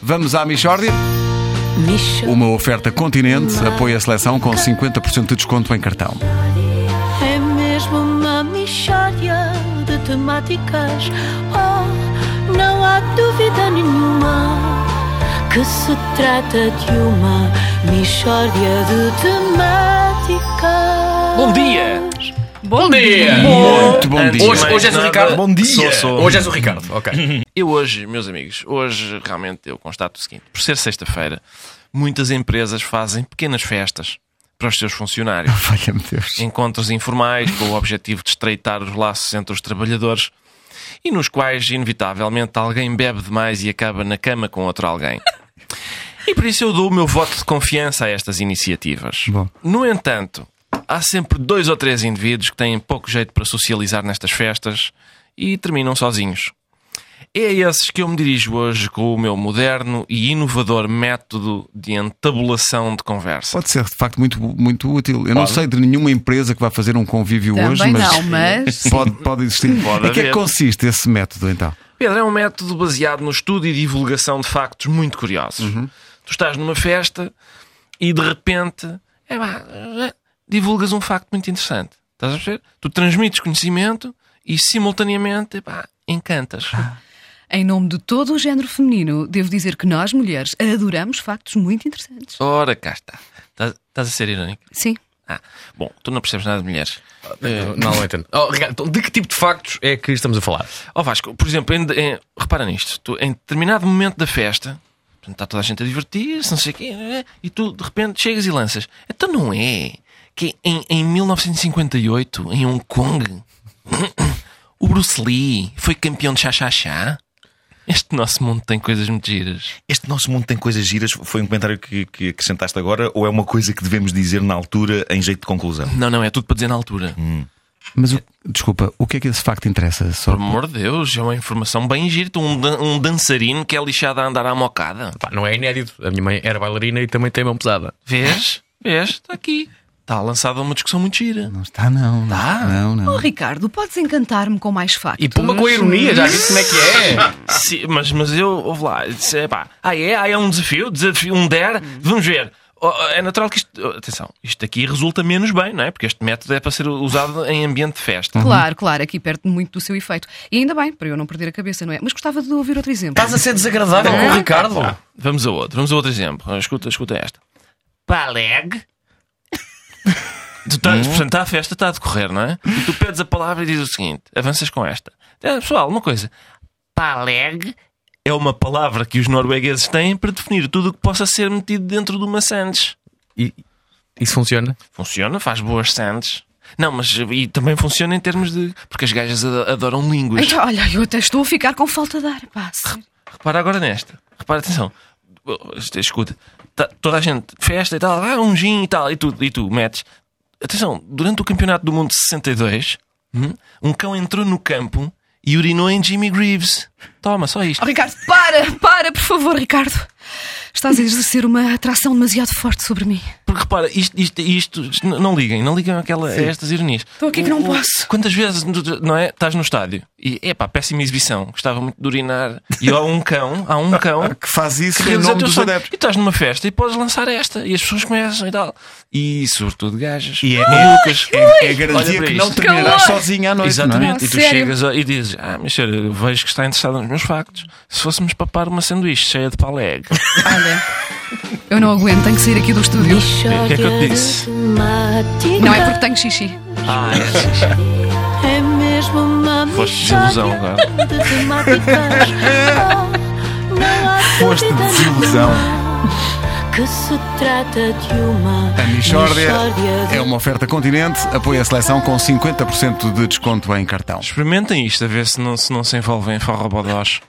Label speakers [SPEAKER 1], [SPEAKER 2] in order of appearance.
[SPEAKER 1] Vamos à Michórdia. Uma oferta continente apoia a seleção com 50% de desconto em cartão.
[SPEAKER 2] É mesmo uma mixória de temáticas. Oh, não há dúvida nenhuma que se trata de uma mixória de temáticas.
[SPEAKER 3] Bom dia!
[SPEAKER 4] Bom dia!
[SPEAKER 1] Muito bom dia.
[SPEAKER 3] Hoje, hoje és o Ricardo.
[SPEAKER 5] Bom dia. Sou, sou.
[SPEAKER 3] Hoje és o Ricardo, ok.
[SPEAKER 4] Eu hoje, meus amigos, hoje realmente eu constato o seguinte: por ser sexta-feira, muitas empresas fazem pequenas festas para os seus funcionários.
[SPEAKER 1] Valha-me Deus.
[SPEAKER 4] Encontros informais com o objetivo de estreitar os laços entre os trabalhadores e nos quais, inevitavelmente, alguém bebe demais e acaba na cama com outro alguém. E por isso eu dou o meu voto de confiança a estas iniciativas.
[SPEAKER 1] Bom.
[SPEAKER 4] No entanto, há sempre dois ou três indivíduos que têm pouco jeito para socializar nestas festas e terminam sozinhos. É a esses que eu me dirijo hoje com o meu moderno e inovador método de entabulação de conversa.
[SPEAKER 1] Pode ser de facto muito, muito útil. Eu não
[SPEAKER 3] Pode.
[SPEAKER 1] sei de nenhuma empresa que vai fazer um convívio
[SPEAKER 6] Também
[SPEAKER 1] hoje, mas,
[SPEAKER 6] não, mas-
[SPEAKER 1] pode, pode existir.
[SPEAKER 4] Pode
[SPEAKER 1] em que é que
[SPEAKER 4] haver.
[SPEAKER 1] consiste esse método então?
[SPEAKER 4] Pedro, é um método baseado no estudo e divulgação de factos muito curiosos. Tu estás numa festa e de repente é pá, é, divulgas um facto muito interessante. Estás a perceber? Tu transmites conhecimento e simultaneamente é pá, encantas.
[SPEAKER 6] Em nome de todo o género feminino, devo dizer que nós, mulheres, adoramos factos muito interessantes.
[SPEAKER 4] Ora, cá está. Estás- Estás a ser irónico?
[SPEAKER 6] Sim.
[SPEAKER 4] Ah, bom, tu não percebes nada de mulheres.
[SPEAKER 3] Eh, Não, não entendo. Oh, Ricardo, então, de que tipo de factos é que estamos a falar?
[SPEAKER 4] Ó Vasco, por exemplo, em, em- repara nisto, tu, em determinado momento da festa, portanto, está toda a gente a divertir-se, não sei o quê, eh, e tu de repente chegas e lanças. Então não é que em, em 1958, em Hong Kong, o Bruce Lee foi campeão de chá-chá-chá? Este nosso mundo tem coisas muito giras.
[SPEAKER 5] Este nosso mundo tem coisas giras. Foi um comentário que, que acrescentaste agora, ou é uma coisa que devemos dizer na altura, em jeito de conclusão?
[SPEAKER 4] Não, não, é tudo para dizer na altura.
[SPEAKER 1] Mas o- desculpa, o que é que esse facto interessa? Só
[SPEAKER 4] Por amor de Deus, é uma informação bem gira. Tu, Um, dan- um dançarino que é lixado a andar à mocada.
[SPEAKER 3] Pá, não é inédito. A minha mãe era bailarina e também tem mão pesada.
[SPEAKER 4] Vês? Vês? Está aqui. Está lançada uma discussão muito gira.
[SPEAKER 1] Não está, não. Não,
[SPEAKER 4] Está?
[SPEAKER 1] não.
[SPEAKER 6] Oh,
[SPEAKER 1] não.
[SPEAKER 6] Ricardo, podes encantar-me com mais factos?
[SPEAKER 3] E puma com a ironia, já viste como é que é?
[SPEAKER 4] Sim, mas, mas eu, ouve lá, disse, epá, ah é, ah é um desafio, desafio um der, vamos ver. Oh, É natural que isto, oh, atenção, isto aqui resulta menos bem, não é? Porque este método é para ser usado em ambiente de festa.
[SPEAKER 6] Claro, claro, aqui perde muito do seu efeito. E ainda bem, para eu não perder a cabeça, não é? Mas gostava de ouvir outro exemplo.
[SPEAKER 3] Estás a ser desagradável com o Ricardo.
[SPEAKER 4] Ah, Vamos a outro, vamos a outro exemplo. Escuta, escuta esta. Paleg. Tu estás, portanto, está a festa está a decorrer, não é? E tu pedes a palavra e dizes o seguinte: avanças com esta. É, pessoal, uma coisa. Paleg é uma palavra que os noruegueses têm para definir tudo o que possa ser metido dentro de uma sandes.
[SPEAKER 3] E isso funciona?
[SPEAKER 4] Funciona, faz boas sandes. Não, mas e também funciona em termos de. Porque as gajas ad- adoram línguas.
[SPEAKER 6] Ai, Então, olha, eu até estou a ficar com falta de ar. Pá, sério.
[SPEAKER 4] Repara agora nesta. Repara, atenção. Este- Escuta, Tá- toda a gente, festa e tal, ah, um gin e tal, e tu, e tu metes. Atenção, durante o Campeonato do Mundo de 62, hum, um cão entrou no campo e urinou em Jimmy Greaves. Toma, só isto.
[SPEAKER 6] Oh, Ricardo, para, para, por favor, Ricardo. Estás a exercer uma atração demasiado forte sobre mim.
[SPEAKER 4] Porque repara, isto, isto, isto- isto- n- não liguem, não liguem aquela, a estas ironias.
[SPEAKER 6] Estou aqui Então, que não posso.
[SPEAKER 4] Quantas vezes, não é? Estás no estádio e, epá, péssima exibição, gostava muito de urinar. E há um cão, há um cão
[SPEAKER 1] Que faz isso em
[SPEAKER 4] Realiza o
[SPEAKER 1] nome
[SPEAKER 4] teu
[SPEAKER 1] dos
[SPEAKER 4] sonho.
[SPEAKER 1] adeptos.
[SPEAKER 4] E estás numa festa e podes lançar esta. E as pessoas começam e tal. E sobretudo gajas.
[SPEAKER 1] E é,
[SPEAKER 4] Malucas.
[SPEAKER 1] é, é a
[SPEAKER 4] Olha
[SPEAKER 1] garantia
[SPEAKER 4] para
[SPEAKER 1] que não
[SPEAKER 4] isto.
[SPEAKER 1] terminarás
[SPEAKER 6] Calor.
[SPEAKER 1] sozinha à noite. Não é?
[SPEAKER 4] Exatamente.
[SPEAKER 6] Ah,
[SPEAKER 4] e tu
[SPEAKER 6] sério?
[SPEAKER 4] chegas a- e dizes: Ah, mas senhora, eu vejo que está interessado nos meus factos. Se fôssemos papar uma sanduíche cheia de paleg.
[SPEAKER 6] Olha, eu não aguento, tenho que sair aqui do estúdio.
[SPEAKER 2] Mixória
[SPEAKER 4] O que é que eu te disse?
[SPEAKER 2] de temáticas.
[SPEAKER 6] Não é porque tenho xixi.
[SPEAKER 4] ah, é.
[SPEAKER 2] É mesmo uma
[SPEAKER 4] Foste
[SPEAKER 2] mixória
[SPEAKER 4] desilusão agora.
[SPEAKER 2] de temáticas. Oh, não há
[SPEAKER 1] Foste
[SPEAKER 2] dúvida
[SPEAKER 1] desilusão.
[SPEAKER 2] nenhuma Que se trata de uma
[SPEAKER 1] A Michórdia
[SPEAKER 2] mixórdia
[SPEAKER 1] é uma oferta continente, apoia a seleção com 50% de desconto em cartão.
[SPEAKER 4] Experimentem isto a ver se não se, não se envolvem em forrobodós.